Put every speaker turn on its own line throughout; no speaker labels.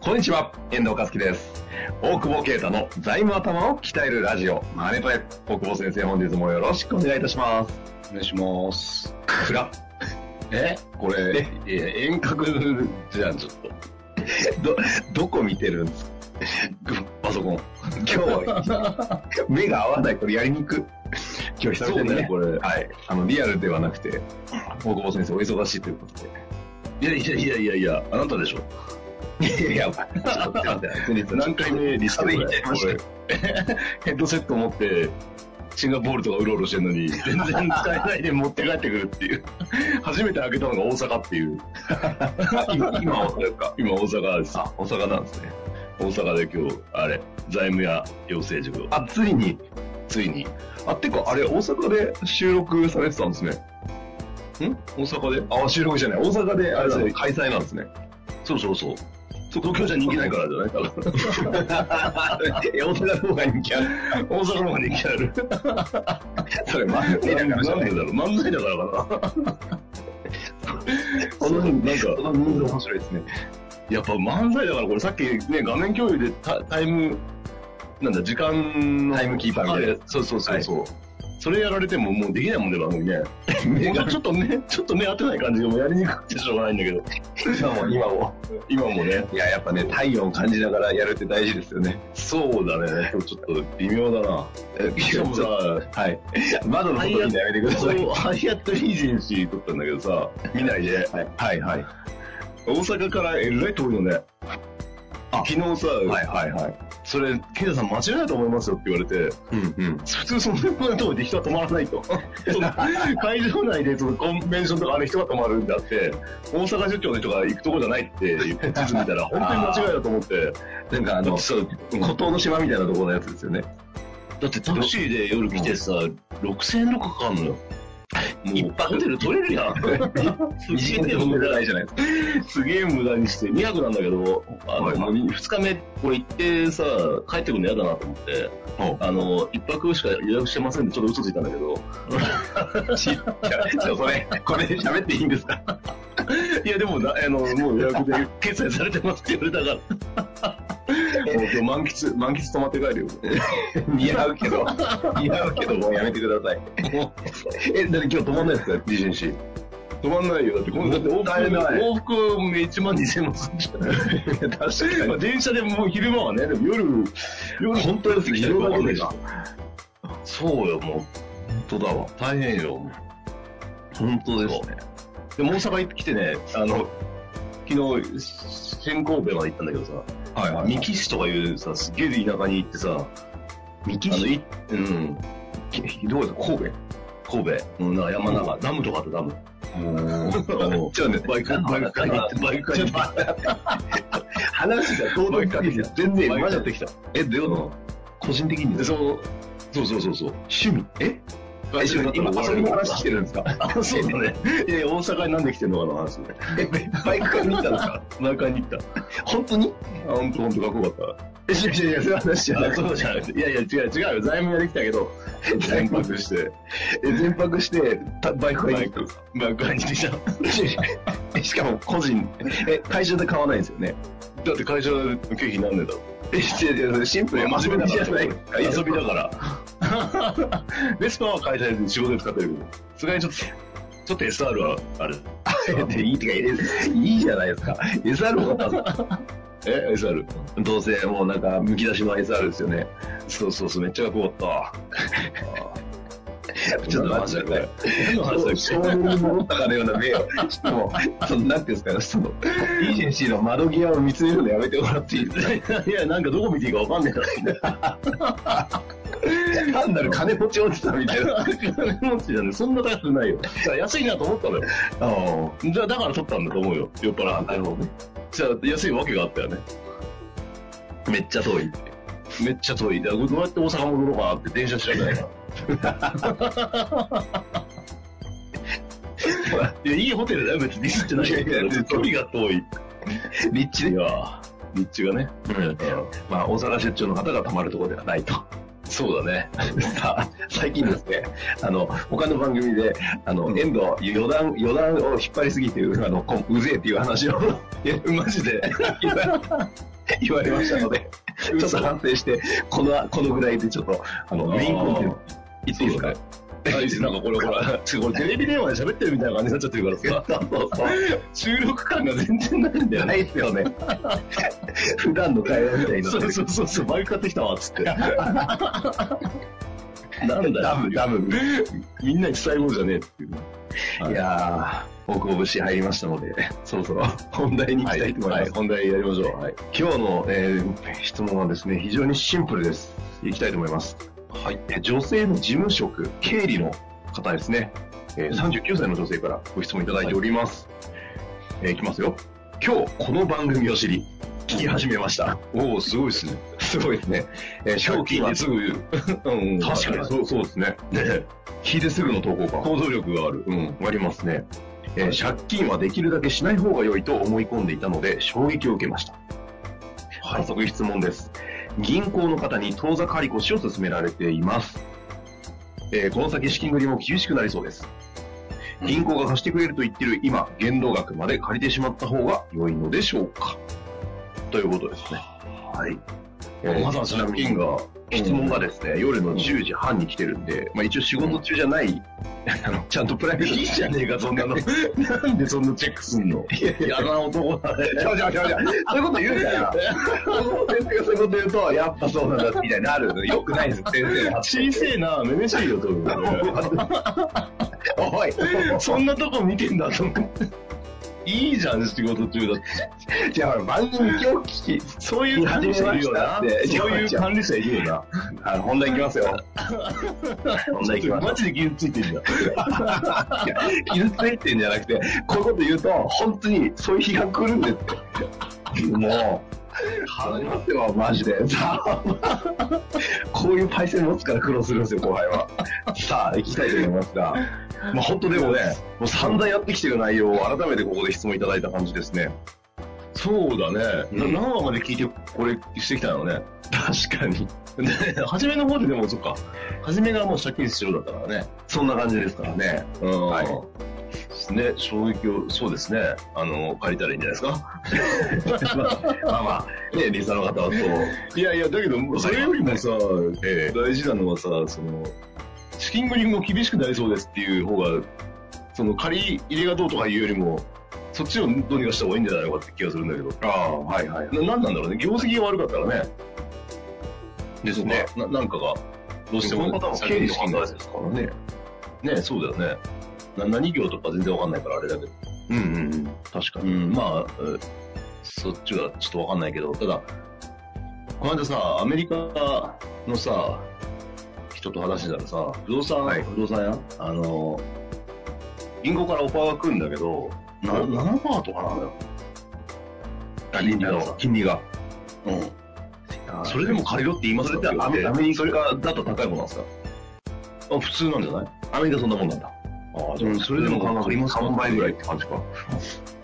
こんにちは、遠藤和樹です。大久保啓太の財務頭を鍛えるラジオ、マネトレ。大久保先生、本日もよろしくお願いいたします。
お願いします。
暗っ。
えこれ、いや遠隔じゃん、ちょっと。
ど、どこ見てるんですか
パソコン。
今日は、目が合わない、これやりにくい。今日久々にね、
そうねこれ
はい。あの、リアルではなくて、大久保先生、お忙しいということ
いやいやいやいやいや、あなたでしょ。
で。いや、ちょっと待って先日
何回目リスト
壁に行っちゃいました
これヘッドセット持って、シンガポールとかうろうろしてるのに、全然使えないで持って帰ってくるっていう。初めて開けたのが大阪っていう。
今、今はそれか。
今大阪です。
あ、大阪なんですね。
大阪で今日、あれ、財務や養成塾を、
あ、ついに。
ついに。
あ、てか、あれ、大阪で収録されてたんですね。
ん大阪で
あ、収録じゃない。大阪で、あれですね、
はい
開催なんですね。
そうそうそう。そう東京じゃ人気ないからじゃない多分
いや、大阪の方が人気ある。
大阪の方が人気ある。
それ、漫才だからじゃない。
だろ う、漫才だからかな。その人数
その、なんか、その人数
面
面白いですね。
やっぱ漫才だから、これさっきね、画面共有でタタイム、なんだ、時間の。
タイムキーパーみたいな
あれそうそうそうそう。それやられてももうできないもんね、番組 ね。
目
なん
が
かちょっと目、ちょっと目当てない感じがもうやりにくくてしょうがないんだけど、
今も、今も。
今もね、
いや、やっぱね、体温感じながらやるって大事ですよね。
そうだね、今日ちょっと微妙だな。
え
しかもさ、
はい。窓の外見てやめてくだ
そ
さい。
う、ハイアットリージェンシー撮ったんだけどさ、見ないで。
はい、はい、はい。
大阪からえらい遠いのね。
あ
昨日さ、
はい、はい、はい。
それ、ケイタさん間違いないと思いますよって言われて、
うん、うん。
普通その辺のところで人は止まらないと。その会場内でそのコンベンションとかあれ人が止まるんであって、大阪出張の人が行くとこじゃないって言って地図見たら、本当に間違いだと思って。
なんか、あの、
そう、
孤島の島みたいなところのやつですよね。
だってタクシーで夜来てさ、6000円とかかかんのよ。もう
一
一
泊
ホテル取れるやん。
二次元で飛んでないじゃないですか。
すげえ無駄にして、2泊なんだけど、あの、
はい
もう2日目、これ行ってさ、帰ってくるの嫌だなと思って、
はい
あの、1泊しか予約してませんで、ちょっと嘘ついたんだけど、
ちっちゃい。ちょ、それ、これ喋っていいんですか
いや、でもな、あの、もう予約で決済されてますって言われたから、もう今日満喫、満喫泊まって帰るよ。
似合うけど、似合うけど、もうやめてください。 え、だって今日止まんないですかリジェンシー。
止まんないよ。だって、こんだって往
もったい
復、
ない
往復1万2000円もするんじゃない
確か
まあ電車でもう昼間はね、でも夜、夜、
本当ですね
昼間だけでし
昼間
ょそうよ、もう。本当だわ。大変よ、もう
本当
ですね。でも大阪行ってきてね、あの、昨日、新神戸まで行ったんだけどさ、
はいはい。
三木市とかいうさ、すげえ田舎に行ってさ、
三
あ
木
の、
市
いうん、
どこですか神
神戸、うん、なんか山の中、ダムとかあったダム。
戸ちょっとね、
バイク、バイク買いに行って、バイク買いに行って、
話がどうどうかけてきた。全
バイ
然
ク買
混ざ
っ
って
て
き
きた。
た。え、どういうこと個人的に
で、
です
その、そうそうそうそう。
趣味え
え
今遊びの話してるんですか
あ、そうだね。いやいや、大阪になんで来てんのかの話ね。
え、バイク買いに行ったんですか
バイク買いに行った。
本当に
あ、ほんとほんとかっこよかった。
え、違う違う違う、そういう話じゃな
あ
くて。
そうじゃなくて。いやいや、違う違うよ。財務ができたけど、全泊して、
え、全泊して、たバイク買いに行ったんですか
バイク買いに行ってきた。
え しかも個人、え、会社で買わないんですよね。
だって会社の経費なんでだろ
え、違う違う、シンプルに真面目じゃないですか。
遊びだ から。ベスパは会社で仕事で使ってるけど、さすがにちょっと、ちょっと SR はあれ。
で いいってか、えいいじゃないですか。SR も買ったんで
え、SR。
すどうせ、もうなんか、むき出しの SR ですよね。
そうそうそう、めっちゃかっこよかった。
ちょっと待ってください。
何の話だっ
少
け
年に戻ったかのような目を、しかも、その、なんていうんですかね、その、イージェンシーの窓際を見つめるのやめてもらっていいですか
いや、なんかどこ見ていいかわかんないから。
単なる金持ちおじさんみたいな。
金持ちじゃねそんな高くないよ。だから安いなと思ったのよ。
ああ。
じゃあだから取ったんだと思うよ。酔っ払って。
なるほどね。
じゃあ安いわけがあったよね。
めっちゃ遠い。
めっちゃ遠い。だからどうやって大阪戻ろうかなって電車しかないから。 いや、いいホテルだよ、別にディスってないよ
いやいや
距離が遠い。
立地
い
ね。
や立地がね。
うん。まあ、大阪出張の方が泊まるところではないと。
そうだ ね。
さあ、最近ですね、あの、他の番組で、あの、
うん
遠藤、余談、余談を引っ張りすぎてる、あの、こうぜえっていう話を、えマジで、 言わ言われましたので、ちょっと反省して、この、このぐらいでちょっと、あの、
あー
メインコンテンツ、言っていいですか
大事なんかこれほら、これテレビ電話で喋ってるみたいな感じになっちゃってるからさ、収録感が全然ないんだよね。
ないですよね。普段の会話みたいになって
そう
る
そうそうそう、バイク買ってきたわ、つって。なんだ
ダ
よ
ブ、ダブ。
みんなに伝えようじゃねえっていう。はい
いやー、大久保節入りましたので、そろそろ本題に行きたいと思います。
はい、本題やりましょう。はい。
今日の、えー質問はですね、非常にシンプルです。いきたいと思います。はい。女性の事務職、経理の方ですね。えー39歳の女性からご質問いただいております。えーいきますよ。今日、この番組を知り、聞き始めました。
おお、すごいですね。
すごいですね。えー、賞金は、
すぐ言う。うん、
確かにそうそうですね。
ね、
聞いてすぐの投稿か。
行動力がある。うん。
ありますね。えー
はい
借金はできるだけしない方が良いと思い込んでいたので、衝撃を受けました。
は
早
い。
速質問です。銀行の方に当座借越しを勧められています。えーこの先資金繰りも厳しくなりそうです。銀行が貸してくれると言ってる今、限度額まで借りてしまった方が良いのでしょうかということですね。はい。えー
まだ
ちな
借
み
金
に
が。
質問がですね、夜の10時半に来てるんで、まあ一応仕事中じゃない、あの、ちゃんとプライベート。
いいじゃねえか、そんなの。 なんでそんなチェックすんの嫌な男だね。
違う違う違う違う。そういうこと言うから、先生がそういうこと言うと、やっぱそうなんだ、みたいになる。よくないです、先生は。
小せえな、めめしいよ、多分。
おい、
そんなとこ見てんだと思って。いいじゃん、仕事中だって。
じゃあ番組今日聞き、
そういう管理者いるよな。そういう管理者いるよな。
あの、本題いきますよ。本題いきます。
マジで傷ついてんじゃん。
いや傷ついてんじゃなくて、こういうこと言うと、本当にそういう日が来るんですって。もう、離れますよ、マジで。さあ、こういうパイセン持つから苦労するんですよ、後輩は。さあ、行きたいと思いますが、まあ本当でもね、もう散々やってきてる内容を改めてここで質問いただいた感じですね。
そうだね。な
うん
何話まで聞いてこれしてきたのね。
確かに。
で、 初めの方ででもそっか。初めがもう借金しろだったからね。
そんな感じですからね。
うん。
はい
ね、衝撃を、そうですね。あの、借りたらいいんじゃないですか。
まあまあ、ね、リサの方はそう。
いやいや、だけど、それよりもさ、
ええ
大事なのはさ、その、資金繰りも厳しくなりそうですっていう方が、その、借り入れがどうとかいうよりも、そっちをどうにかした方がいいんじゃないのかって気がするんだけど。
ああ、はいはい。
な、なんなんだろうね。業績が悪かったらね。
ですね。
ななんかが、どうして
こ
も、
の方も経理の方ですからね。
ね、そうだよね。な何業とか全然わかんないからあれだけど。
うんうんうん。確か
う
に。
ん、まあ、えーそっちはちょっとわかんないけど、ただ、この間さ、アメリカのさ、人と話してたらさ、不動産、
はい
不動産屋あの、銀行からオファーが来るんだけど、な
うん
7%とかなんだよ。
金利の金利が。
うん。そ
そ
れで
れでも
も借りろって言います
それ
よ
ってアメアメリカだと高いものなんですか
あ、普通なんじゃない
アメリカそんなもんなんだ。
ああ、
うん、それでも
感
感覚
覚ります
3倍ぐらいって感じか。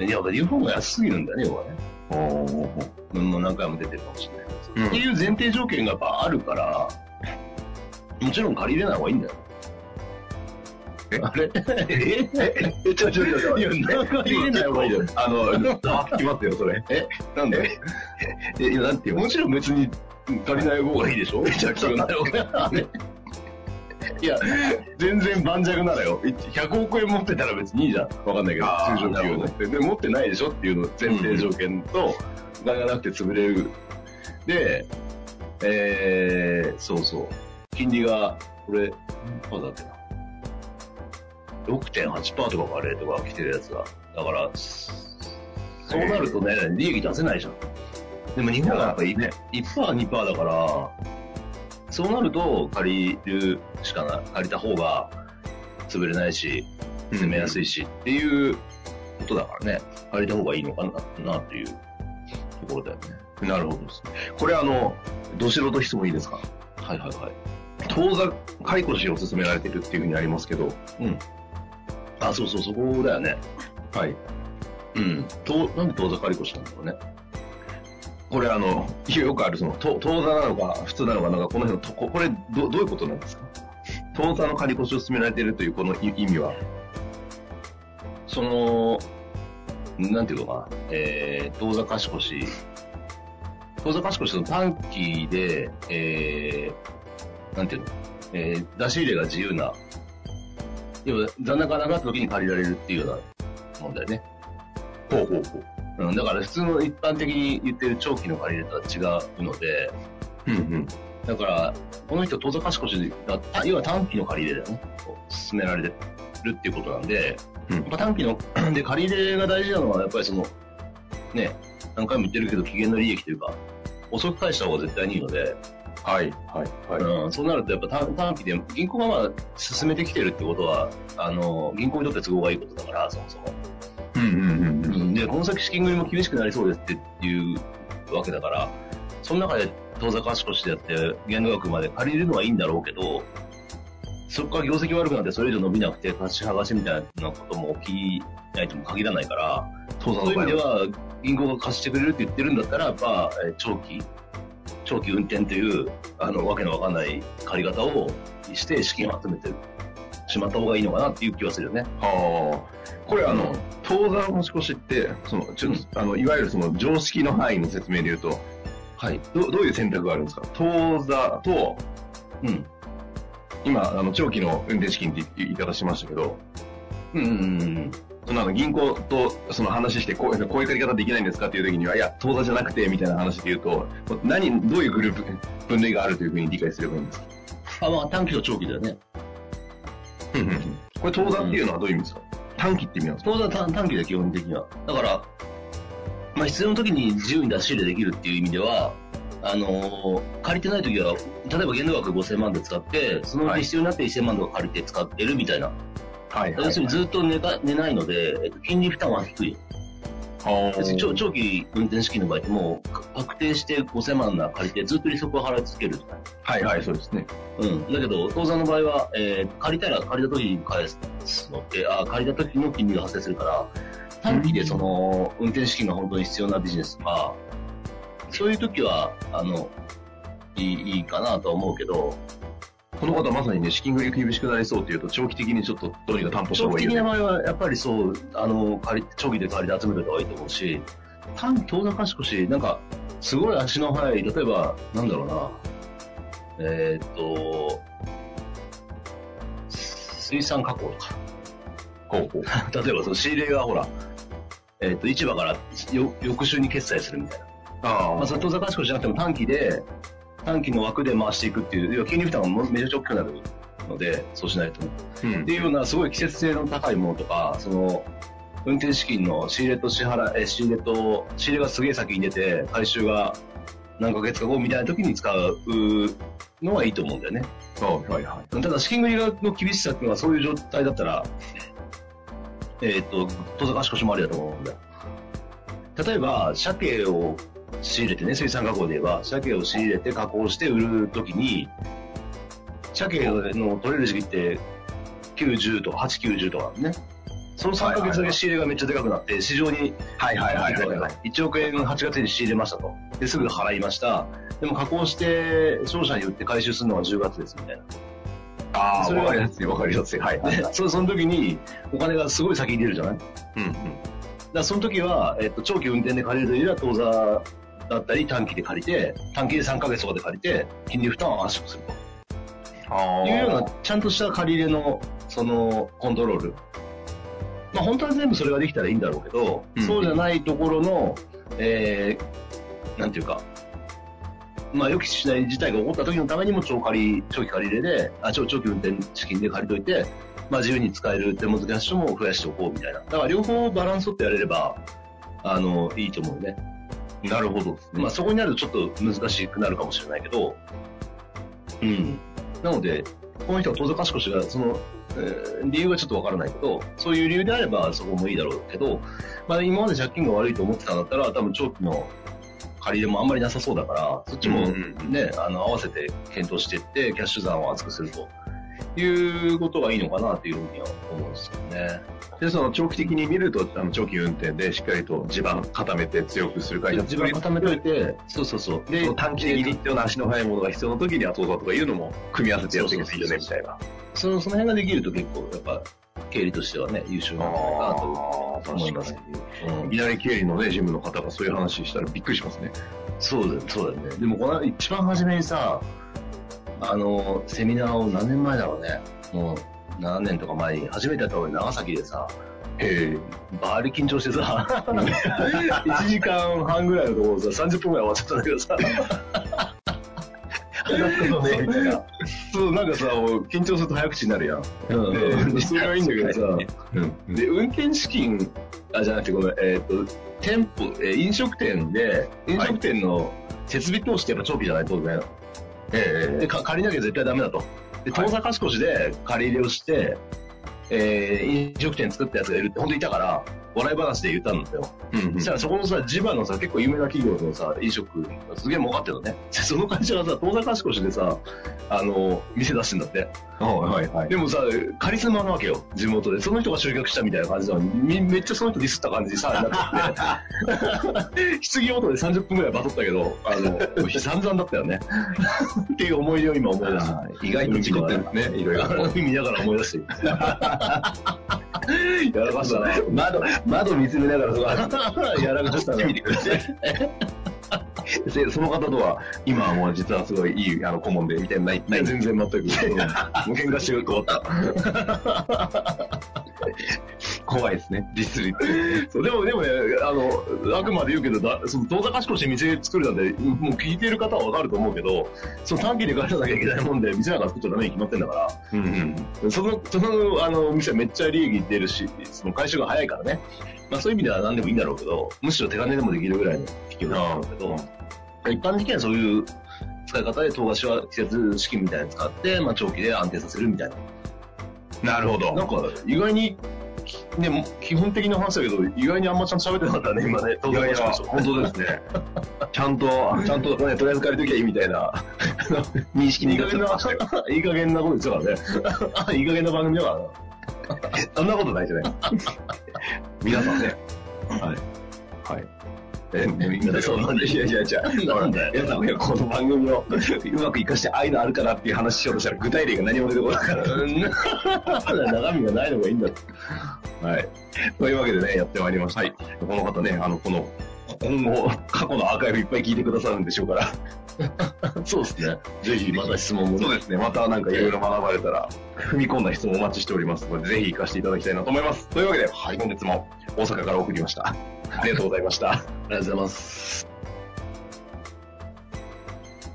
い。いや、日本が安すぎるんだね、要はね。
おー
うんもう何回も出てるかもしれないけど
うん
っていう前提条件がやっぱあるから、もちろん借りれない方がいいんだよ。
え
あれえ
え、え、ちょちょちょちょ。
いやなんか言えない方がいいよ
あの、ざわつきますよ、それ。
なんだよ。
え、いやなんていうの
もちろん別に借りない方がいいでし ょ
ちゃくちゃ
ない方がいい。 いや、全然盤石ならよ。100億円持ってたら別にいいじゃん。わかんないけど、
あー
通常企業
な
ね。で、持ってないでしょっていうの前提条件と、お金がなくて潰れる。で、えー、そうそう。金利が、これ、どうだっけな。6.8%とかあれとか来てるやつが。だから、そうなるとね、利益出せないじゃん。でも日本はやっぱりね、1%、2%だから、そうなると、借りるしかな、借りた方が潰れないし、
うん
攻めやすいしっていうことだからね、借りた方がいいのかな、なっていうところだよね。
なるほどです。これあの、どしろと質問いいですか
はいはいはい。
当座解雇しを勧められてるっていうふうにありますけど、
あ、そうそう、そこだよね。
はい。
うん。と、なんで当座借り越したんだろうね。
これあの、よくあるその、と当座なのか、普通なのか、なんかこの辺のとこ、これど、どういうことなんですか当座の借り越しを勧められてるというこの意意味は。
その、なんていうのかな、えー、当座貸し越し、当座貸し越しの短期で、えー、なんていうの、えー、出し入れが自由な、要は残高がなかった時に借りられるっていうようなもんだよね。
ほうほうほう。
うん、だから普通の一般的に言ってる長期の借り入れとは違うので、
うんうん。
だから、この人、当座貸し越しが、あ要は短期の借り入れだよね。こう進められてるっていうことなんで、
うん
やっぱ短期の、で、借り入れが大事なのは、やっぱりその、ね、何回も言ってるけど、期限の利益というか、遅く返した方が絶対にいいので、
はい、はい、はい。
うん、そうなると、やっぱ短短期で、銀行がまあ、進めてきてるってことは、あの、銀行にとって都合がいいことだから、そもそも。
うんうんうん。
で、この先資金繰りも厳しくなりそうですっていうわけだから、その中で当座貸し越しでやって、限度額まで借りるのはいいんだろうけど、そこから業績悪くなってそれ以上伸びなくて貸し剥がしみたいなことも起きないとも限らないから、
当座
そう
の
いう意
場合
味で
は。
は銀行が貸してくれるって言ってるんだったら、まあ、えー長期、長期運転という、あの、わけのわかんない借り方をして資金を集めてしまった方がいいのかなっていう気はするよね。
はあ。これあの、当座の持ち越しって、その、ちょっと、あの、いわゆるその常識の範囲の説明で言うと、
はい。
どどういう選択があるんですか当座と、
うん。
今、あの、長期の運転資金って言い方しましたけど、
うんうんうんうん。
そのあの銀行とその話してこういう、こういう借り方できないんですかっていう時には、いや、当座じゃなくて、みたいな話で言うと、何、どういうグループ、分類があるというふうに理解すればいいんですか
あ、まあ短期と長期だよね。
これ当座っていうのはどういう意味ですか、短期って意味なんですか
当然短短期で基本的には。だから、まあ必要な時に自由に出し入れできるっていう意味では、あのー借りてない時は、例えば限度額5000万で使って、そのう
は
ち
い
必要になって1000万とか借りて使ってるみたいな。
はい
要するにずっと寝か寝ないので、えっと金利負担は低い。別に長長期運転資金の場合ってもうか確定して5000万なら借りてずっと利息を払い続けるじゃない
はいはい、そうですね。
うん。だけど、当座の場合は、えー借りたら借りた時に返すのって、あー借りた時の金利が発生するから、短期でその、運転資金が本当に必要なビジネスとか、そういう時は、あの、いいいいかなとは思うけど、
この方はまさにね、資金繰りが厳しくなりそうっていうと、長期的にちょっとどうにか担保した
長
方がい
期
い
的
よ
な
ね。
場合は、やっぱりそう、あの、借り、長期で借りて集めた方がいいと思うし、短期当座貸し越し、なんか、すごい足の速い、例えば、なんだろうな、えーっと、水産加工とか、
ほうほう
例えばその仕入れがほら、えっ、と、市場からよ翌週に決済するみたいな。
あ
まあ、それ当座貸し越しじゃなくても短期で、短期の枠で回していくっていう、要は金利負担がもめちゃくちゃ大きくなるので、そうしないと。っ
うん
ていうような、すごい季節性の高いものとか、その、運転資金の仕入れと支払い、え仕入れと、仕入れがすげえ先に出て、回収が何ヶ月か後みたいな時に使うのはいいと思うんだよね。
はいはいはい。
ただ、資金繰りの厳しさっていうのは、そういう状態だったら、えーっと、当然、足腰もありだと思うんだよ。例えば、鮭を仕入れてね、水産加工で言えば、鮭を仕入れて加工して売るときに、鮭の取れる時期って、90とか、8、90とかね。その3ヶ月だけ仕入れがめっちゃでかくなって、市場に
はいはいはいはいはい。
1億円8月に仕入れましたと。で、すぐ払いました。でも加工して、商社に売って回収するのは10月ですみたいな。
あ
そ
あ、
れは
わかりやすい、わかりやすい。はいはい。
で、そその時にお金がすごい先に出るじゃないだか
うんうん。
らその時は、えっと、長期運転で借りるというよりは当座だったり短期で借りて、短期で3ヶ月とかで借りて、金利負担を圧縮する
あ
というよう
あ
な、ちゃんとした借り入れの、その、コントロール。まあ本当は全部それができたらいいんだろうけど、
うん
そうじゃないところの、えー、なんていうか、まあ予期しない事態が起こった時のためにも長借り、長期借り入れで、あ、長長期運転資金で借りといて、まあ自由に使える手元キャッシュも増やしておこうみたいな。だから両方バランス取ってやれれば、あの、いいと思うね。
なるほどですね。
まあそこになるとちょっと難しくなるかもしれないけど、うん。なので、この人は遠ざかしこしが、その、えー理由はちょっとわからないけど、そういう理由であればそこもいいだろうけど、まあ今まで借金が悪いと思ってたんだったら、多分長期の借り入れもあんまりなさそうだから、そっちもね、あの、合わせて検討していって、キャッシュ残を厚くすると。いうことがいいのかなというふうには思うんですよね。
で、その長期的に見ると、あの長期運転でしっかりと地盤固めて強くする会社
自分固めといて、そうそうそう。
で、短期的に必要な足の速いものが必要な時にはそうだとかいうのも組み合わせてやっていくといいよね、みたいな。
その、その辺ができると結構、やっぱ、経理としてはね、優秀なんじゃないかなと思いますけど。うん
いきなり経理のね、事務の方がそういう話したらびっくりしますね。
そうだよ、そうだよね。でも、この一番初めにさ、あの、セミナーを何年前だろうね。もう、7年とか前に、初めてやった俺、長崎でさ、
へ
バーリ緊張してさ、1時間半ぐらいのところさ、30分ぐらい終わっちゃったんだけどさ、話すことねえみたいな。
そう、なんかさ、緊張すると早口になるやん。
うん。それはいいんだけどさ、
うん。
で、運転資金、あ、じゃなくてごめん、えーっと、店舗、えー飲食店で、飲食店の設備投資ってやっぱ長期じゃないとね。で、
え
か借りなきゃ絶対ダメだと。で、遠ざかしこしで借り入れをして、えー飲食店作ったやつがいるって本当にいたから、笑い話で言ったんだよ。
えうん
そしたらそこのさ、地場のさ、結構有名な企業のさ、飲食がすげえ儲かってるのね。でその会社がさ、遠ざかしこしでさ、あの、店出してんだって。
はいはいはい。
でもさ、カリスマなわけよ、地元で。その人が集客したみたいな感じなのに、みめっちゃその人ディスった感じにさ、なって て。質疑応答で30分ぐらいバトったけど、あの、 散々だったよね。っていう思い出を今思い出した。
意外と事故ってるんですね、いろいろ。
見ながら思い出 して。やらかしたな。
窓、窓見つめながらそ
やらかしたな。
見てください。でその方とは、今はもう実はすごいいいあの顧問で、みたいな、ない、ない。
全然全く。うんもう喧嘩してると思った。
怖いですね。ディスり。
そうでも、でもね、あの、あくまで言うけど、だその、遠ざかしこして店作るなんて、もう聞いてる方はわかると思うけど、その短期で返さなきゃいけないもんで、店なんか作っちゃダメに決まってんだか
うんうん。
ら、その、その、あの、店はめっちゃ利益出るし、その回収が早いからね。まあそういう意味では何でもいいんだろうけど、むしろ手金でもできるぐらいの企業なんだけど、一般的にはそういう使い方で、東菓子は季節資金みたいなの使って、まあ長期で安定させるみたいな。
なるほ
な
ど。
んか、意外に、ね、もう基本的な話だけど、意外にあんまちゃんと喋ってなかったね、今ね。
いやいや、本当ですね。ちゃんと、ちゃんと、ね、とりあえず借りときゃいいみたいな、 認識
い
に
い
な
加
っち
減
ゃった。
な、いい加減なことですから ね。いい加減な番組だからな。
そんなことないじゃないですか。皆さんね。はい。はい。え、
んな
そうなんで、いやいやいや、
なんだよ
皆さんがこの番組を うまく活かして、ああいうのあるかなっていう話しようとしたら、具体例が何も出てこないから。
中身がないのがいいんだって。
はい。というわけでね、やってまいりました。はい。この方ね、あの、この、今後、過去のアーカイブいっぱい聞いてくださるんでしょうから、
そうですね。
ぜひ、
また質問も
そうですね、またなんかいろいろ学ばれたら、踏み込んだ質問お待ちしておりますので、ぜひ活かしていただきたいなと思います。というわけで、本日も大阪から送りました。ありがとうございました。
ありがとうございます。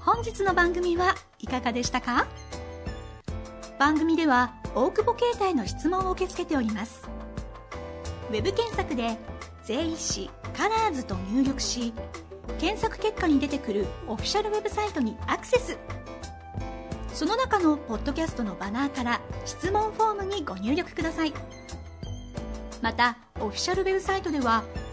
本日の番組はいかがでしたか番組では大久保携帯の質問を受け付けておりますウェブ検索で「税理士カラーズと入力し検索結果に出てくるオフィシャルウェブサイトにアクセスその中のポッドキャストのバナーから質問フォームにご入力くださいまたオフィシャルウェブサイトでは